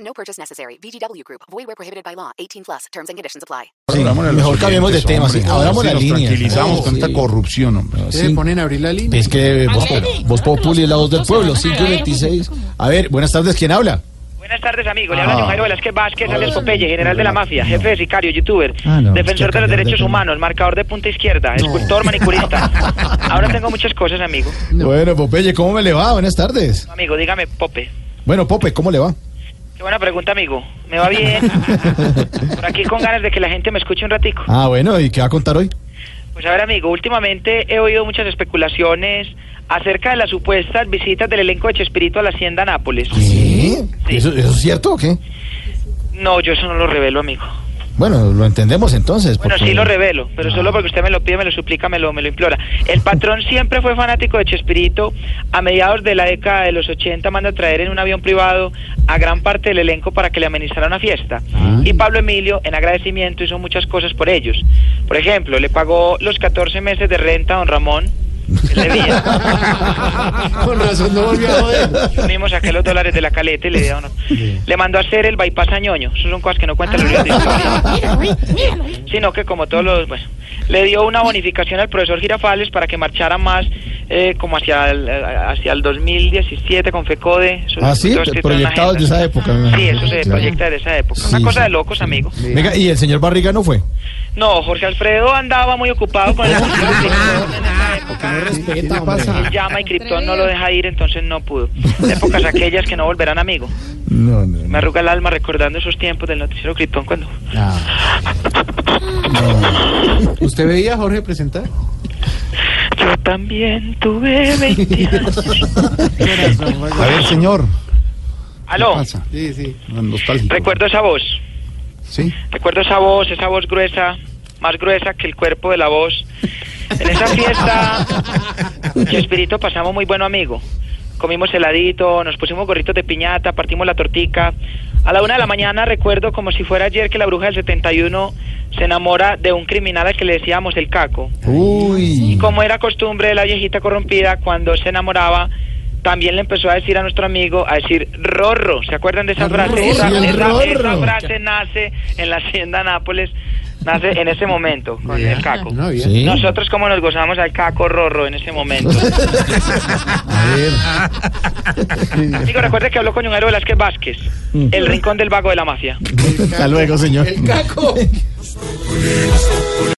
No purchase necessary. VGW Group. Void where prohibited by law. 18 plus. Terms and conditions apply. Sí, Abramos a los mejor cambiemos de oyentes, tema, hombre. sí, abramos Sí, la nos línea. Tranquilizamos Oh, con esta sí. corrupción, hombre. Sí. ponen a abrir la línea. Es que Voz, Leli, Voz Populi es la voz del los pueblo, dos se van a 526. A ver, buenas tardes, ¿quién habla? Buenas tardes, amigo. Le habla Ah. John Jairo Velázquez Vázquez, alias Popeye, general de la mafia, jefe de sicario, youtuber, Ah, no, es defensor que de los cambiar de derechos tema. humanos, marcador de punta izquierda, escultor, manicurista. Ahora tengo muchas cosas, amigo. Bueno, Popeye, ¿cómo me le va? Buenas tardes. Amigo, dígame, Pope. Bueno, Pope, ¿cómo le va? Qué buena pregunta, amigo. ¿Me va bien? Por aquí con ganas de que la gente me escuche un ratico. Ah, bueno, ¿y qué va a contar hoy? Pues a ver, amigo, últimamente he oído muchas especulaciones acerca de las supuestas visitas del elenco de Chespirito a la hacienda Nápoles. ¿Sí? ¿Eso, eso es cierto o qué? No, yo eso no lo revelo, amigo. Bueno, lo entendemos entonces. Bueno, porque- sí lo revelo, pero solo porque usted me lo pide, me lo suplica, me lo, me lo implora. El patrón siempre fue fanático de Chespirito. A mediados de la década de los 80 manda a traer en un avión privado a gran parte del elenco para que le amenizara una fiesta. Y Pablo Emilio, en agradecimiento, hizo muchas cosas por ellos. Por ejemplo, le pagó los 14 meses de renta a don Ramón. que le debía. Con razón no volvió a joder. Yo mismo saqué los dólares de la caleta y le, di a uno. le mandó a hacer el bypass a Ñoño. Esas son cosas que no Ah. cuentan los libros de historia. sino que como todos los, bueno, le dio una bonificación al profesor Girafales para que marchara más eh, como hacia el, hacia el 2017 con FECODE. Eso- Ah, sí, todo escrito en una proyectados de agenda. esa época. me Sí, imagino. eso se Claro. proyecta de esa época. Sí, una cosa sí, de locos, amigo. Venga, ¿y el señor Barriga no fue? No, Jorge Alfredo andaba muy ocupado con la Ah, ¿Qué le pasa? llama y Krypton no lo deja ir, entonces no pudo. Épocas aquellas que no volverán, amigo. No, no, Me arruga el alma recordando esos tiempos del noticiero Krypton cuando... ¿Usted veía a Jorge presentar? Yo también tuve 20 años. A ver, señor. Aló, Pasa. Sí, sí. Nostálgico. recuerdo esa voz. Sí. Recuerdo esa voz, esa voz gruesa, más gruesa que el cuerpo de la voz. En esa fiesta, Chespirito pasamos muy bueno, amigo. Comimos heladito, nos pusimos gorritos de piñata, partimos la tortica. A la una de la mañana recuerdo como si fuera ayer que la bruja del 71 se enamora de un criminal al que le decíamos el caco. Uy. Y como era costumbre de la viejita corrompida, cuando se enamoraba, también le empezó a decir a nuestro amigo, a decir Rorro. ¿Se acuerdan de esa frase? esa, el esa- Rorro. esa frase nace en la hacienda Nápoles, nace en ese momento, con el caco. No había. Sí. Nosotros como nos gozamos al caco Rorro en ese momento. Ah, Amigo, recuerde que habló con Junero Velázquez Vázquez, el rincón del vago de la mafia. Hasta luego, señor.